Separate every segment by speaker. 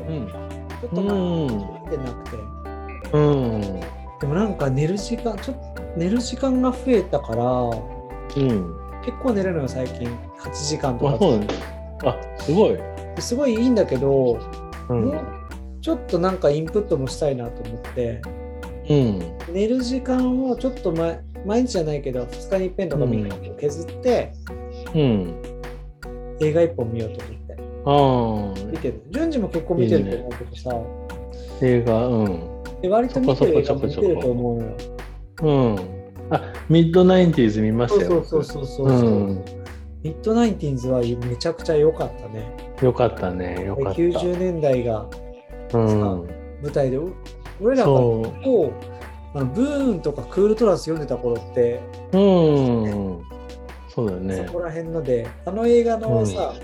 Speaker 1: ことが分かってなくて、
Speaker 2: うん。
Speaker 1: でもなんか寝る時間ちょっと寝る時間が増えたから
Speaker 2: うん。
Speaker 1: 結構寝れるのよ最近8時間と
Speaker 2: あ、
Speaker 1: か
Speaker 2: そうなんあ、すごい。
Speaker 1: すごいいいんだけど、
Speaker 2: うん。
Speaker 1: もうちょっとなんかインプットもしたいなと思って
Speaker 2: うん。
Speaker 1: 寝る時間をちょっと前毎日じゃないけど2日に一遍とか3日に一遍削って、
Speaker 2: うん。
Speaker 1: 映画1本見ようと思って
Speaker 2: あ
Speaker 1: 見てる順次も結構見てると思うけどさ
Speaker 2: あ、映画、うん。
Speaker 1: で割と見てる映画も見てると思うのよ
Speaker 2: うん。あ、ミッドナインティーズ見ま
Speaker 1: そ
Speaker 2: し
Speaker 1: う
Speaker 2: たよ。
Speaker 1: そうそうそうそう、
Speaker 2: うん
Speaker 1: ミッドナインティーンズはめちゃくちゃ良かったね
Speaker 2: よかったね。よかった。
Speaker 1: 90年代が
Speaker 2: うん。
Speaker 1: 舞台でお俺らが
Speaker 2: そ
Speaker 1: 結構あのブーンとかクールトラス読んでた頃って、
Speaker 2: う。うん。そうだよね
Speaker 1: そ。こら辺のであの映画のさ、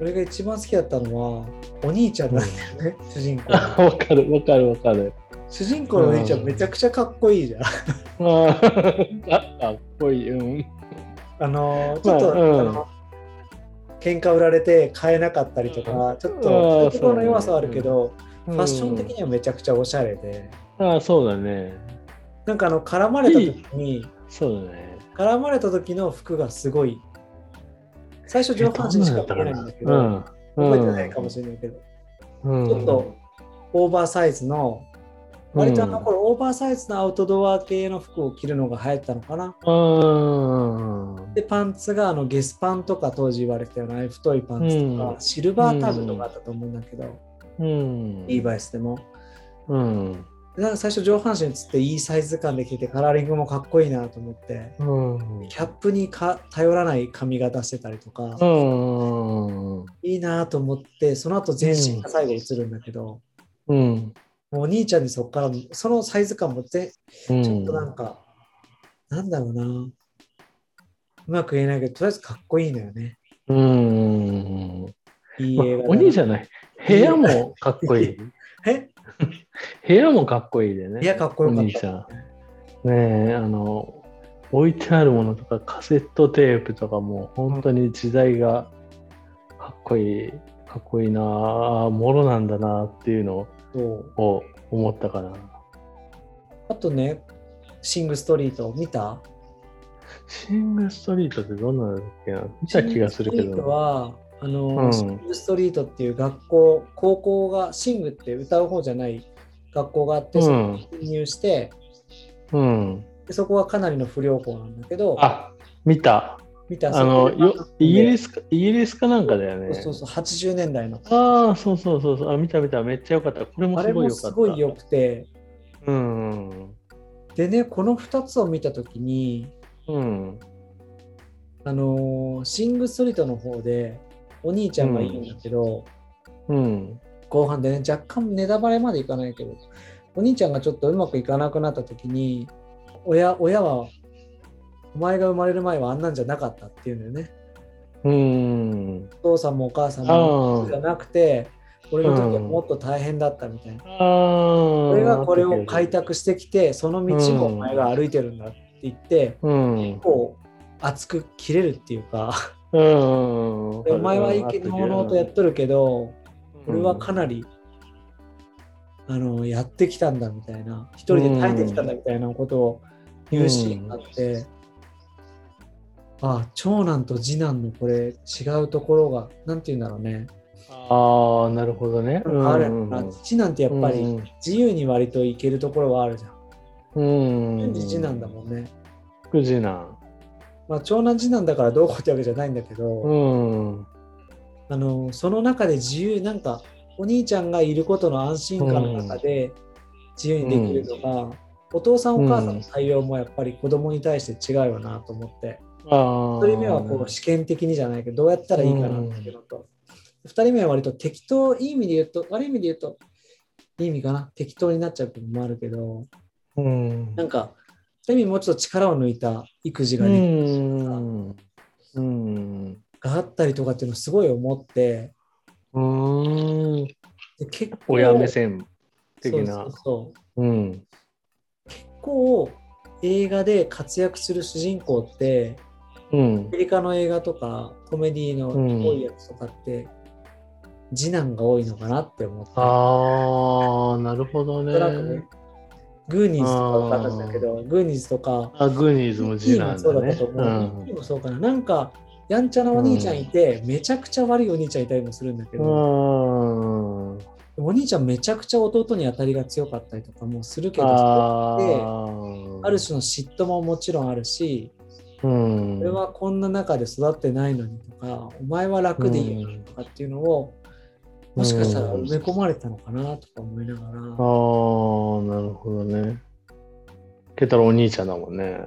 Speaker 1: 俺が一番好きだったのはお兄ちゃんなんだよね、 主人公
Speaker 2: あわかるわかるわかる。
Speaker 1: 主人公のお兄ちゃ
Speaker 2: うんん
Speaker 1: めちゃくちゃかっこいいじゃん
Speaker 2: あー あ、かっこいい。うん。
Speaker 1: あのちょっと、
Speaker 2: まあうん
Speaker 1: あの喧嘩売られて買えなかったりとか、ちょっとそういうところの弱さはあるけど、ファッション的にはめちゃくちゃおしゃれで、
Speaker 2: うん。あーそうだね。
Speaker 1: なんかあの絡まれた時に
Speaker 2: そうだね。
Speaker 1: 絡まれた時の服がすごい最初上半身しか見えないんだけど、
Speaker 2: うん。
Speaker 1: 覚えてないかもしれないけど、
Speaker 2: うん
Speaker 1: ちょっとオーバーサイズの割とあの頃オーバーサイズのアウトドア系の服を着るのが流行ったのかな
Speaker 2: うん。うん
Speaker 1: でパンツがあのゲスパンとか当時言われてたような太いパンツとか、
Speaker 2: うん
Speaker 1: シルバータグとかあったと思うんだけど、
Speaker 2: うん。
Speaker 1: リーバイスでも
Speaker 2: うん。
Speaker 1: でなんか最初上半身つっていいサイズ感で着てカラーリングもかっこいいなと思って
Speaker 2: うん。
Speaker 1: キャップにか頼らない髪型してたりとか、
Speaker 2: うん。
Speaker 1: いいなと思ってその後全身が最後映るんだけど、
Speaker 2: うん。
Speaker 1: もうお兄ちゃんにそこからそのサイズ感もぜ
Speaker 2: う
Speaker 1: ちょっ
Speaker 2: ん
Speaker 1: となんか、なんだろうなうまく言えないけどとりあえずかっこいいのよね
Speaker 2: うん。
Speaker 1: いい
Speaker 2: まあ
Speaker 1: 映画だな
Speaker 2: お兄じゃない。部屋もかっこいい。
Speaker 1: え
Speaker 2: 部屋もかっこいいでね。
Speaker 1: 部屋かっこよか
Speaker 2: お
Speaker 1: っ
Speaker 2: 兄
Speaker 1: た
Speaker 2: さん。ねえ、あの、置いてあるものとかカセットテープとかも本当に時代がかっこいい、かっこいいなあものなんだなっていうの
Speaker 1: そう
Speaker 2: を思ったから。
Speaker 1: あとねシング・ストリート見た
Speaker 2: シングストリートってどんなのだっけな見た気がするけ
Speaker 1: シング・ストリート
Speaker 2: ど。
Speaker 1: はあの、
Speaker 2: うん
Speaker 1: シング・ストリートっていう学校高校がシングって歌う方じゃない学校があって、
Speaker 2: う
Speaker 1: そこ
Speaker 2: ん。
Speaker 1: に入して
Speaker 2: うん。
Speaker 1: でそこはかなりの不良校なんだけど
Speaker 2: あ、見た。
Speaker 1: 見た
Speaker 2: あの、よイギリスか、イギリスかなんかだよ
Speaker 1: そう
Speaker 2: ね。
Speaker 1: そうそう80年代の
Speaker 2: ああ、そうそうそうそう。あ、見た見た。めっちゃ良かった。これも
Speaker 1: あ
Speaker 2: す
Speaker 1: れ
Speaker 2: ごい
Speaker 1: も
Speaker 2: 良かった。
Speaker 1: すごい良くて
Speaker 2: うん。
Speaker 1: でねこの2つを見た時に
Speaker 2: うん。
Speaker 1: あのーシング・ストリートの方でお兄ちゃんがいるんだけど、
Speaker 2: うん。
Speaker 1: 後半でね若干ネタバレまでいかないけどお兄ちゃんがちょっとうまくいかなくなった時に親親はお前が生まれる前はあんなんじゃなかったっていうのよね
Speaker 2: うん。
Speaker 1: お父さんもお母さん
Speaker 2: あ
Speaker 1: も
Speaker 2: あ
Speaker 1: じゃなくて俺の時はもっと大変だったみたいな、
Speaker 2: ああ。
Speaker 1: 俺がこれを開。拓してきてその道をお前が歩いてるんだって言って、
Speaker 2: うん
Speaker 1: 結。構熱く切れるっていうか、
Speaker 2: うん。
Speaker 1: お前はいいけど、も々とやっとるけど、俺はかなり、あの、やってきたんだみたいな、一人で耐えてきたんだみたいなことを言うシーンがあって、ああ、長男と次男のこれ違うところが、なんて言うんだろうね、
Speaker 2: ああ、なるほどね。うん
Speaker 1: あるのかな。次男ってやっぱり
Speaker 2: う
Speaker 1: 自由に割といけるところはあるじゃん。
Speaker 2: ん。
Speaker 1: 次男だもんね。
Speaker 2: ん。次男。
Speaker 1: まあ、長男次男だからどうこうってわけじゃないんだけど、
Speaker 2: うん。
Speaker 1: あのその中で自由なんかお兄ちゃんがいることの安心感の中で自由にできるとか、お父さんお母さんの対応もやっぱり子供に対して違うよなと思って、
Speaker 2: ああ。
Speaker 1: 1人目はこう試験的にじゃないけどどうやったらいいかなっていうのと、2人目は割と適当いい意味で言うと悪い意味で言うといい意味かな適当になっちゃうこともあるけど
Speaker 2: うん。
Speaker 1: なんかそういう意味もうちょっと力を抜いた育児が,、ね
Speaker 2: うん。うん。
Speaker 1: があったりとかっていうのをすごい思って
Speaker 2: うん。
Speaker 1: で結構
Speaker 2: 親目線的な。
Speaker 1: そうそうそう
Speaker 2: うん。
Speaker 1: 結構映画で活躍する主人公って
Speaker 2: うん
Speaker 1: ア。メリカの映画とかコメディの多いやつとかって、次男が多いのかなって思って。
Speaker 2: ああ、なるほどね
Speaker 1: なんとなくね。グーニーズとか分かったんだけど、グーニーズとか、
Speaker 2: あ、グーニーズも次
Speaker 1: も
Speaker 2: 男
Speaker 1: そうだ
Speaker 2: だ
Speaker 1: った
Speaker 2: ね
Speaker 1: と。
Speaker 2: う
Speaker 1: 思う。
Speaker 2: ん
Speaker 1: E もそうかな。なんか、やんちゃなお兄ちゃんいて、めちゃくちゃ悪いお兄ちゃんいたりもするんだけ
Speaker 2: う
Speaker 1: ど、
Speaker 2: ん。
Speaker 1: お兄ちゃんめちゃくちゃ弟に当たりが強かったりとかもするけど、
Speaker 2: あ
Speaker 1: ある種の嫉妬ももちろんあるし、
Speaker 2: 種、うん、
Speaker 1: 俺はこんな中で育ってないのにとか、お前は楽でいいよなとかっていうのを、もしかしたら埋め込まれたのかなとか思いなが
Speaker 2: ああ
Speaker 1: ら、
Speaker 2: ー、なるほどね。ケタロウお兄ちゃんだもんね。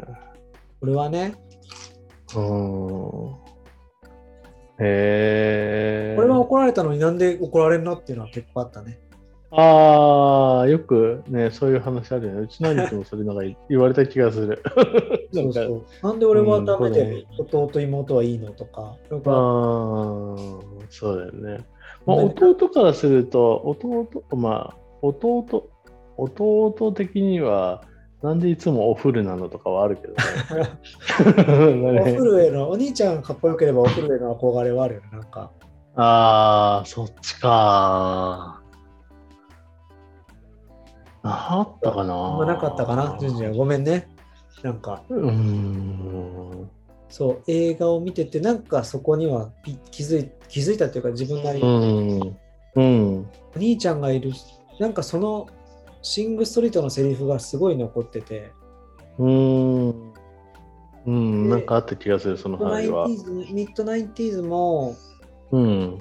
Speaker 1: 俺はね、
Speaker 2: うん。へえ。
Speaker 1: これは怒られたのになんで怒られるのっていうのは結構あったね。
Speaker 2: ああ、よくね、そういう話あるよね。うちの兄貴もそれなんか言われた気がする。な
Speaker 1: そ
Speaker 2: ん
Speaker 1: う
Speaker 2: か
Speaker 1: そうなんで俺はダメ
Speaker 2: うん
Speaker 1: で弟妹はいいのとか。なん
Speaker 2: ああ
Speaker 1: か
Speaker 2: ー、そうだよね。まあ、
Speaker 1: なんか
Speaker 2: 弟からすると、弟、まあ、弟、弟的には、なんでいつもおフルなのとかはあるけ どね。
Speaker 1: お古へのお兄ちゃんがかっこよければお古への憧れはあるよね。なんか
Speaker 2: ああ、そっちか。あったかな。
Speaker 1: あんまなかったかな、ジュンジュンごめんね。なんか
Speaker 2: うーん。
Speaker 1: そう映画を見ててなんかそこにはピ気づい気づいたっていうか自分なり
Speaker 2: う
Speaker 1: に
Speaker 2: ん。うん。
Speaker 1: お兄ちゃんがいるなんかそのシング・ストリートのセリフがすごい残ってて。
Speaker 2: うん。うん。
Speaker 1: で
Speaker 2: なんかあった気がする、その
Speaker 1: ミッドナイ
Speaker 2: 話
Speaker 1: ンテ
Speaker 2: は
Speaker 1: ィ。ーズミッドナインティーズも
Speaker 2: うん。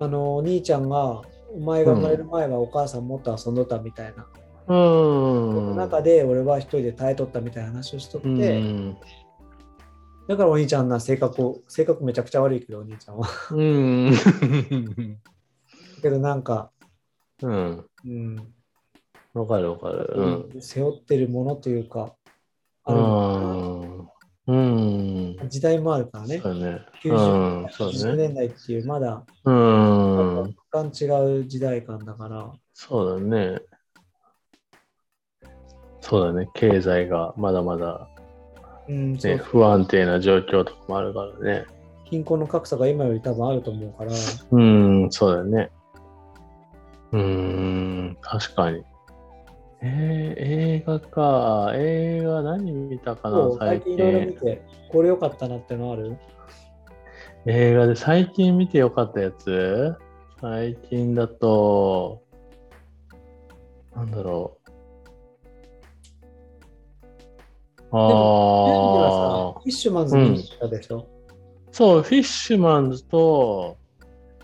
Speaker 1: あのお兄ちゃんがお前が生まれる前はお母さんもっと遊んどったみたいな、
Speaker 2: うん。
Speaker 1: 中で俺は一人で耐えとったみたいな話をしとって、
Speaker 2: うん。
Speaker 1: だからお兄ちゃんな性格を性格めちゃくちゃ悪いけどお兄ちゃんは
Speaker 2: うん。
Speaker 1: けどなんか、
Speaker 2: うん。
Speaker 1: うん
Speaker 2: わかるわかる。うん。
Speaker 1: 背負ってるものというかあるの
Speaker 2: うん。うん。
Speaker 1: かな時代もあるからね
Speaker 2: そうだね。
Speaker 1: 90
Speaker 2: うん。そうだ
Speaker 1: 90
Speaker 2: ね。
Speaker 1: 年代っていうまだ
Speaker 2: うん。
Speaker 1: 若干違う時代感だから
Speaker 2: そうだね。そうだね。経済がまだまだ、
Speaker 1: うんそ
Speaker 2: ね、
Speaker 1: う
Speaker 2: 不安定な状況とかもあるからね。
Speaker 1: 貧困の格差が今より多分あると思うから
Speaker 2: うん、そうだね。うーん、確かに。えー映画か。映画何見たかな
Speaker 1: そう、最
Speaker 2: 最
Speaker 1: 近い
Speaker 2: 近。
Speaker 1: ろいろ見てこれ良かったなってのある
Speaker 2: 映画で最近見てよかったやつ最近だと、なんだろう。
Speaker 1: で全部
Speaker 2: あ
Speaker 1: は
Speaker 2: あ
Speaker 1: さ、フィッシュマンズ見に行ったでしょ、
Speaker 2: そう、フィッシュマンズと、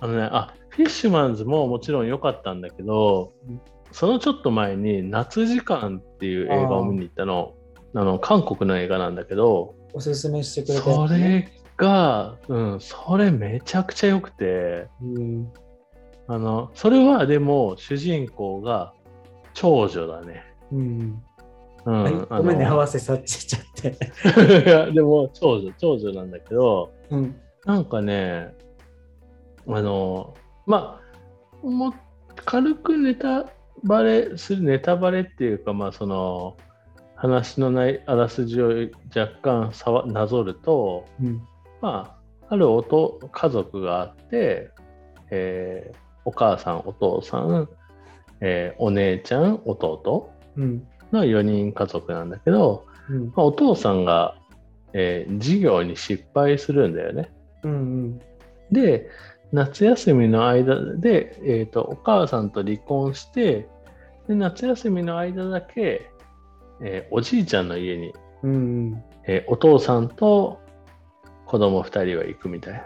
Speaker 2: あのね、あ、フィッシュマンズももちろん良かったんだけど
Speaker 1: うん、
Speaker 2: そのちょっと前に、夏時間っていう映画を見に行ったの。あの、韓国の映画なんだけど、
Speaker 1: おすすめしてくれた
Speaker 2: そ
Speaker 1: やつね
Speaker 2: れが、うん、それめちゃくちゃ良くて、
Speaker 1: うん
Speaker 2: あの、それはでも、主人公が長女だね。
Speaker 1: うん
Speaker 2: うん
Speaker 1: はい、
Speaker 2: あの
Speaker 1: ごめんね、合わせさっちちゃって。
Speaker 2: いや でも、長女、長女なんだけど、
Speaker 1: うん。
Speaker 2: なんかね、あの、まあ、もう軽くネタバレする、ネタバレっていうか、まあ、その、話のないあらすじを若干さわなぞると、
Speaker 1: うん。
Speaker 2: まあ、あるおと家族があって、えーお母さん、お父さん、えーお姉ちゃん、弟
Speaker 1: うん。
Speaker 2: の4人家族なんだけど、
Speaker 1: うん。
Speaker 2: まあ、お父さんが、えー授業に失敗するんだよね。
Speaker 1: うん。
Speaker 2: で夏休みの間で、えー、とお母さんと離婚してで夏休みの間だけ、えーおじいちゃんの家に、
Speaker 1: うん。
Speaker 2: えーお父さんと子供2人は行くみたいな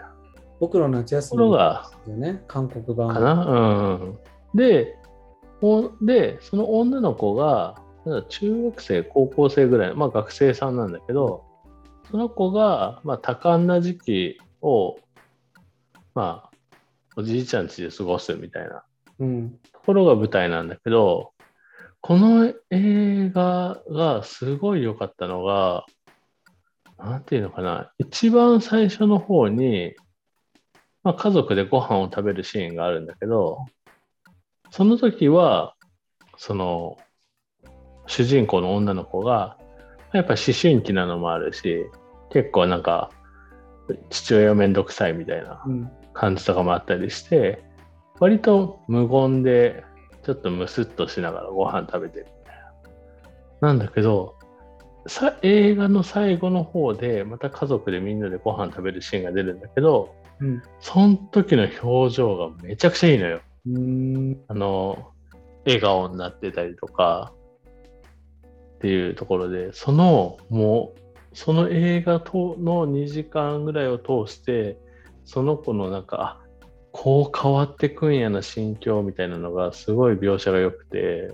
Speaker 1: 僕の夏
Speaker 2: と
Speaker 1: 休
Speaker 2: ころ
Speaker 1: みだ
Speaker 2: が
Speaker 1: よね、韓国版。
Speaker 2: かな、うんうんでおでその女の子がなんだ中学生高校生ぐらい、まあ、学生さんなんだけどその子が、まあ、多感な時期をまあおじいちゃん家で過ごすみたいな
Speaker 1: うん。
Speaker 2: ところが舞台なんだけどこの映画がすごい良かったのがなんていうのかな一番最初の方に、まあ、家族でご飯を食べるシーンがあるんだけどその時はその主人公の女の子がやっぱ思春期なのもあるし結構なんか父親めんどくさいみたいな
Speaker 1: うん。
Speaker 2: 感じとかもあったりして割と無言で、ちょっとムスッとしながらご飯食べてるみたいな。なんだけど、さ映画の最後の方で、また家族でみんなでご飯食べるシーンが出るんだけど、
Speaker 1: うん
Speaker 2: その時の表情がめちゃくちゃいいのよ。
Speaker 1: うーん。
Speaker 2: あの、笑顔になってたりとか、っていうところで、その、もう、その映画との2時間ぐらいを通して、その子のなんか、あこう変わってくんやな、心境みたいなのが、すごい描写が良くて、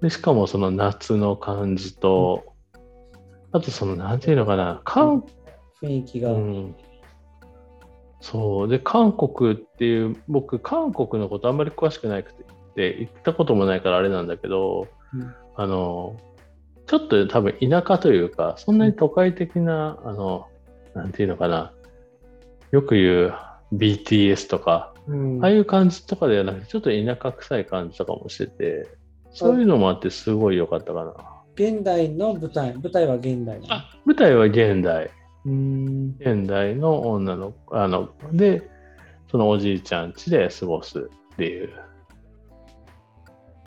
Speaker 2: で、しかもその夏の感じと、あとその、なんていうのかな、韓
Speaker 1: 雰囲気が。
Speaker 2: うん、そうで韓国っていう僕韓国のことあんまり詳しくなくて行ったこともないからあれなんだけど、
Speaker 1: うん
Speaker 2: あのちょっと多分田舎というかそんなに都会的な、あのなんていうのかなよく言う BTS とか、
Speaker 1: うん
Speaker 2: ああいう感じとかではなくてちょっと田舎臭い感じとかもしててそういうのもあってすごい良かったかな。
Speaker 1: 現代の舞台、舞台は現代なの
Speaker 2: あ舞台は現代
Speaker 1: うーん。
Speaker 2: 現代の女の子あのでそのおじいちゃん家で過ごすっていう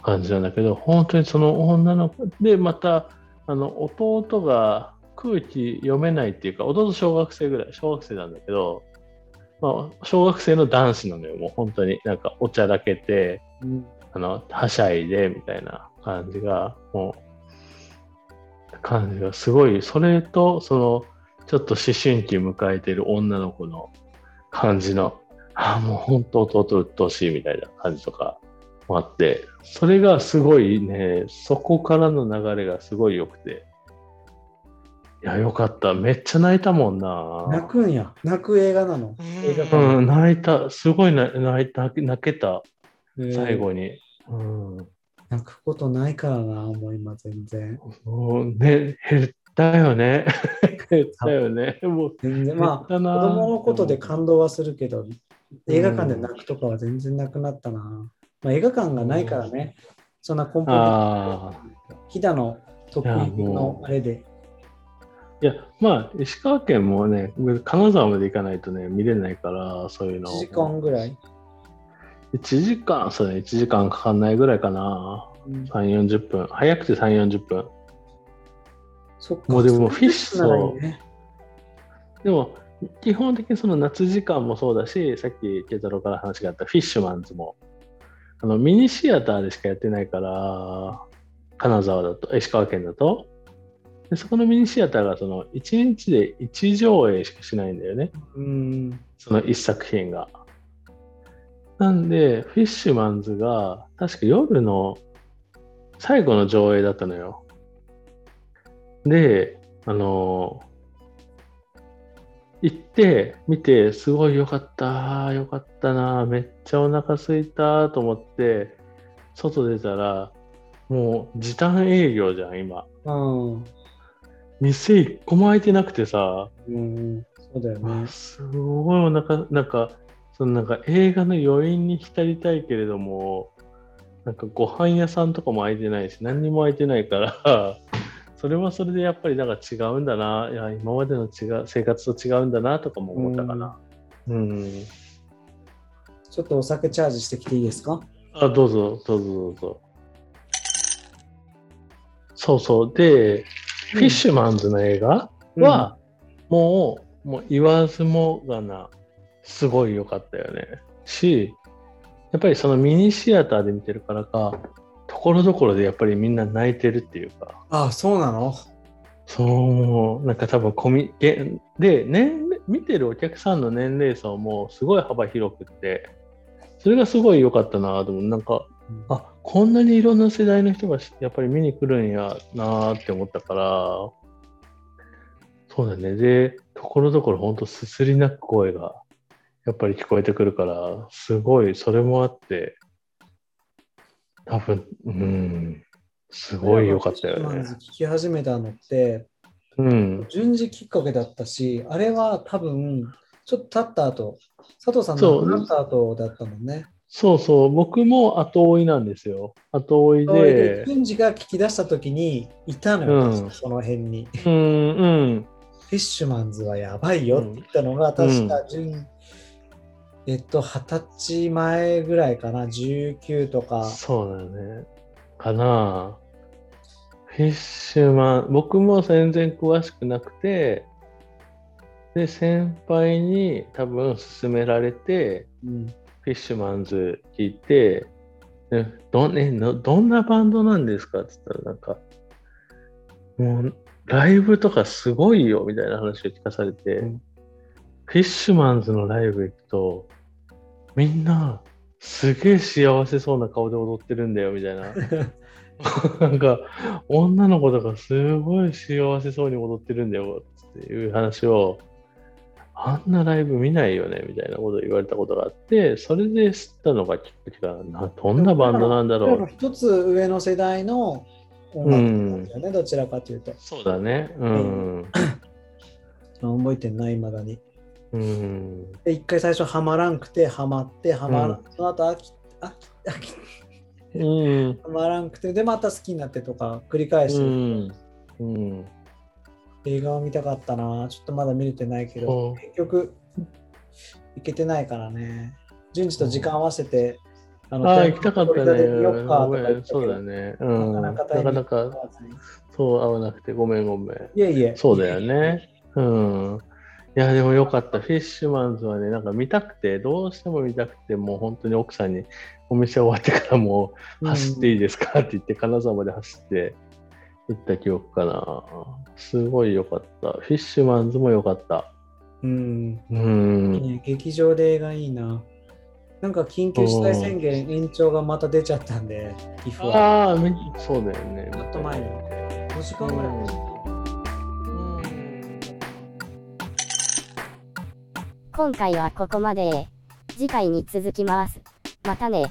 Speaker 2: 感じなんだけど本当にその女の子でまたあの弟が空気読めないっていうか弟小学生ぐらい小学生なんだけど、まあ、小学生の男子なのよもう本当になんかおちゃらけて
Speaker 1: うん
Speaker 2: あの、はしゃいで、みたいな感じが、もう、感じがすごい、それと、その、ちょっと思春期迎えてる女の子の感じの、ああ、もう本当、弟鬱陶しいみたいな感じとかもあって、それがすごいね、そこからの流れがすごい良くて、いや、よかった。めっちゃ泣いたもんな。
Speaker 1: 泣くんや。泣く映画なの。映画館
Speaker 2: うん、泣いた。すごいな泣いた、泣けた、最
Speaker 1: えー
Speaker 2: 後に。うん
Speaker 1: 泣くことないからな、もう今全然。
Speaker 2: そうね、減ったよね。 減ったよね。もう、
Speaker 1: 全然。
Speaker 2: 減
Speaker 1: ま
Speaker 2: っ
Speaker 1: あ、
Speaker 2: たな
Speaker 1: 子供のことで感動はするけど、映画館で泣くとかは全然なくなったな。まあ、映画館がないからね、そんな根本的
Speaker 2: あ
Speaker 1: な飛騨の特有のあれで。
Speaker 2: いや、まあ、石川県もね、金沢まで行かないとね、見れないから、そういうの。
Speaker 1: 1時間ぐらい。
Speaker 2: 1時間、そうね、1時間かかんないぐらいかな。
Speaker 1: うん
Speaker 2: 3、40分。早くて3、40分。
Speaker 1: そっか。
Speaker 2: もうでもフィッシュ
Speaker 1: ならいいね
Speaker 2: でも、基本的にその夏時間もそうだし、さっき慶太郎から話があったフィッシュマンズも、あのミニシアターでしかやってないから、金沢だと、石川県だと。でそこのミニシアターがその1日で1上映しかしないんだよね、
Speaker 1: うん。
Speaker 2: その1作品が。なんで、フィッシュマンズが、確か夜の最後の上映だったのよ。で、あの行って、見て、すごい良かった、良かったな、めっちゃお腹空いたと思って、外出たら、もう時短営業じゃん、今。
Speaker 1: うん。
Speaker 2: 店一個も開いてなくてさ、
Speaker 1: うん。そうだよね。
Speaker 2: すごいお腹なんかそのなんか映画の余韻に浸りたいけれどもなんかご飯屋さんとかも開いてないし何にも開いてないからそれはそれでやっぱりなんか違うんだないや今までの違う生活と違うんだなとかも思ったかなうん、
Speaker 1: ちょっとお酒チャージしてきていいですか
Speaker 2: あどうぞどうぞどうぞそうそうで、フィッシュマンズの映画、は、もう、もう言わずもがな、すごい良かったよね。し、やっぱりそのミニシアターで見てるからか、ところどころでやっぱりみんな泣いてるっていうか、
Speaker 1: ああ、そうなの
Speaker 2: そう、なんか多分コミ、げで、年齢、見てるお客さんの年齢層もすごい幅広くって、それがすごい良かったなと思う。なんか、あこんなにいろんな世代の人がしやっぱり見に来るんやなーって思ったからそうだねでところどころほんとすすり泣く声がやっぱり聞こえてくるからすごいそれもあって多分うんすごい良かったよ
Speaker 1: ま
Speaker 2: ね
Speaker 1: ず聞き始めたのって、
Speaker 2: うん
Speaker 1: 順次きっかけだったし、あれは多分、ちょっと経った後、佐藤さんの
Speaker 2: そう
Speaker 1: 亡くなった後だったもんね。
Speaker 2: そうそう僕も後追いなんですよ後追い
Speaker 1: それで
Speaker 2: で
Speaker 1: 順次が聞き出した時にいたのよ、
Speaker 2: うん
Speaker 1: その辺に。フ
Speaker 2: うんうん
Speaker 1: ィッシュマンズはやばいよって言ったのが、確か順、えっと、二十歳前ぐらいかな、19とか。
Speaker 2: そうだよね。かなあフィッシュマン、僕も全然詳しくなくて、で、先輩に多分勧められて、
Speaker 1: うん、
Speaker 2: フィッシュマンズ聞いて、でどねのどんなバンドなんですかって言ったら、なんか、もうライブとかすごいよみたいな話を聞かされて、
Speaker 1: うん
Speaker 2: フィッシュマンズのライブ行くと、みんなすげえ幸せそうな顔で踊ってるんだよみたい な。なんか女の子とかすごい幸せそうに踊ってるんだよっていう話をあんなライブ見ないよねみたいなことを言われたことがあってそれで知ったのがきっかけだなどんなバンドなんだろう
Speaker 1: 一つ上の世代の音楽なんだよね、どちらかというと。
Speaker 3: そう
Speaker 2: だねうん
Speaker 1: 覚えてんない、まだに。
Speaker 2: うん
Speaker 1: で、一回最初ハマらんくて、ハマって、ハマら、
Speaker 2: う
Speaker 1: その後飽き、飽き、飽き、
Speaker 2: うん
Speaker 1: ハマらんくて、で、また好きになってとか、繰り返し
Speaker 2: う
Speaker 1: て、
Speaker 2: んうん
Speaker 1: 映画を見たかったな、ちょっとまだ見れてないけど、
Speaker 2: そ
Speaker 1: 結局、行けてないからね。順次と時間合わせて、あ
Speaker 2: うああ行
Speaker 1: テ
Speaker 2: き
Speaker 1: ン
Speaker 2: たかったね
Speaker 1: フロリダで見よっかとか言ったけど
Speaker 2: そうだねうん
Speaker 1: なかな
Speaker 2: な
Speaker 1: かタイ
Speaker 2: か
Speaker 1: ミング
Speaker 2: なかそう合わなくてごめんごめん
Speaker 1: いえいえ。
Speaker 2: そうだよね。うん。いや、でもよかった。フィッシュマンズはね、なんか見たくて、どうしても見たくて、もう本当に奥さんにお店終わってからもう走っていいですかって言って、金沢まで走って行った記憶かな。すごいよかった。フィッシュマンズもよかった。
Speaker 1: うん。
Speaker 2: う
Speaker 1: いい
Speaker 2: ん。
Speaker 1: ね劇場で映画いいな。なんか緊急事態宣言延長がまた出ちゃったんで、岐阜は。
Speaker 2: ああ、みそうだよね。
Speaker 1: ちょっと前に5時間ぐらい前
Speaker 2: 嗯
Speaker 4: 今回はここまで。次回に続きます。またね。